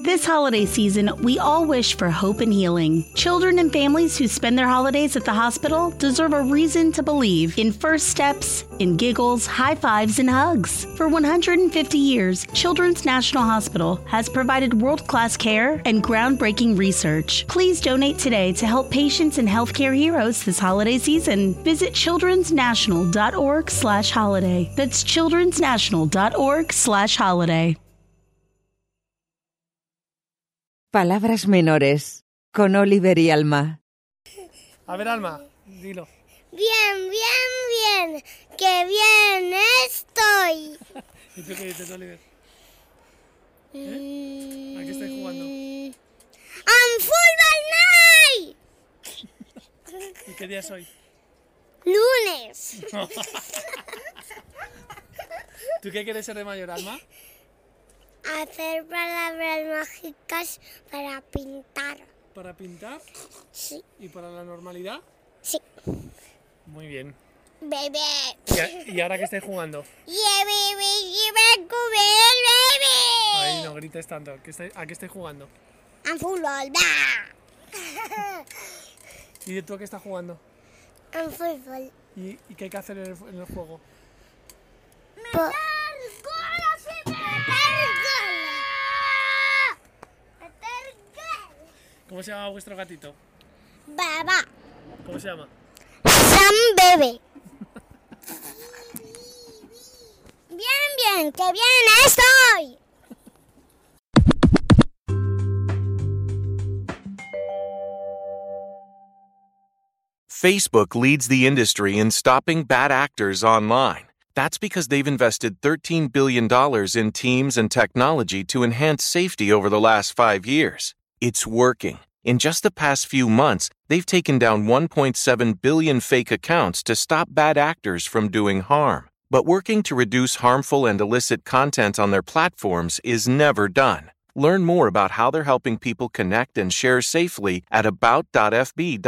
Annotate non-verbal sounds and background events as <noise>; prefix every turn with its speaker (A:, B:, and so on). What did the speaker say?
A: This holiday season, we all wish for hope and healing. Children and families who spend their holidays at the hospital deserve a reason to believe in first steps, in giggles, high fives, and hugs. For 150 years, Children's National Hospital has provided world class care and groundbreaking research. Please donate today to help patients and healthcare heroes this holiday season. Visit childrensnational.org slash holiday. That's childrensnational.org slash holiday.
B: Palabras menores con Oliver y Alma.
C: A ver, Alma, dilo.
D: Bien, bien, bien. ¡Qué bien estoy!
C: ¿Y tú qué dices, Oliver?
D: Mm.
C: ¿A qué estáis jugando?
D: ¡Am Football Night!
C: ¿Y qué día es hoy?
D: Lunes. <laughs>
C: ¿Tú qué quieres ser de mayor, Alma?
D: Hacer palabras mágicas para pintar.
C: ¿Para pintar?
D: Sí,
C: ¿Y para la normalidad?
D: sí.
C: Muy bien.
D: Bebé.
C: ¿Y, a- y ahora qué estáis jugando?
D: Yeah, baby, give a comer,
C: Ay,
D: baby.
C: no grites tanto. ¿Qué estáis- ¿A qué estáis jugando?
D: Am football. <laughs> bah.
C: ¿Y tú a qué estás jugando?
D: Am football.
C: ¿Y, y qué hay que hacer en el, en el juego?
D: Po- Meter gol. Meter gol.
C: ¿Cómo se llama vuestro gatito?
D: Baba.
C: ¿Cómo se llama?
D: Sam Bebe. Bien, bien, que bien estoy.
E: Facebook leads the industry in stopping bad actors online. That's because they've invested $13 billion in teams and technology to enhance safety over the last five years. It's working. In just the past few months, they've taken down 1.7 billion fake accounts to stop bad actors from doing harm. But working to reduce harmful and illicit content on their platforms is never done. Learn more about how they're helping people connect and share safely at about.fb.com/safety.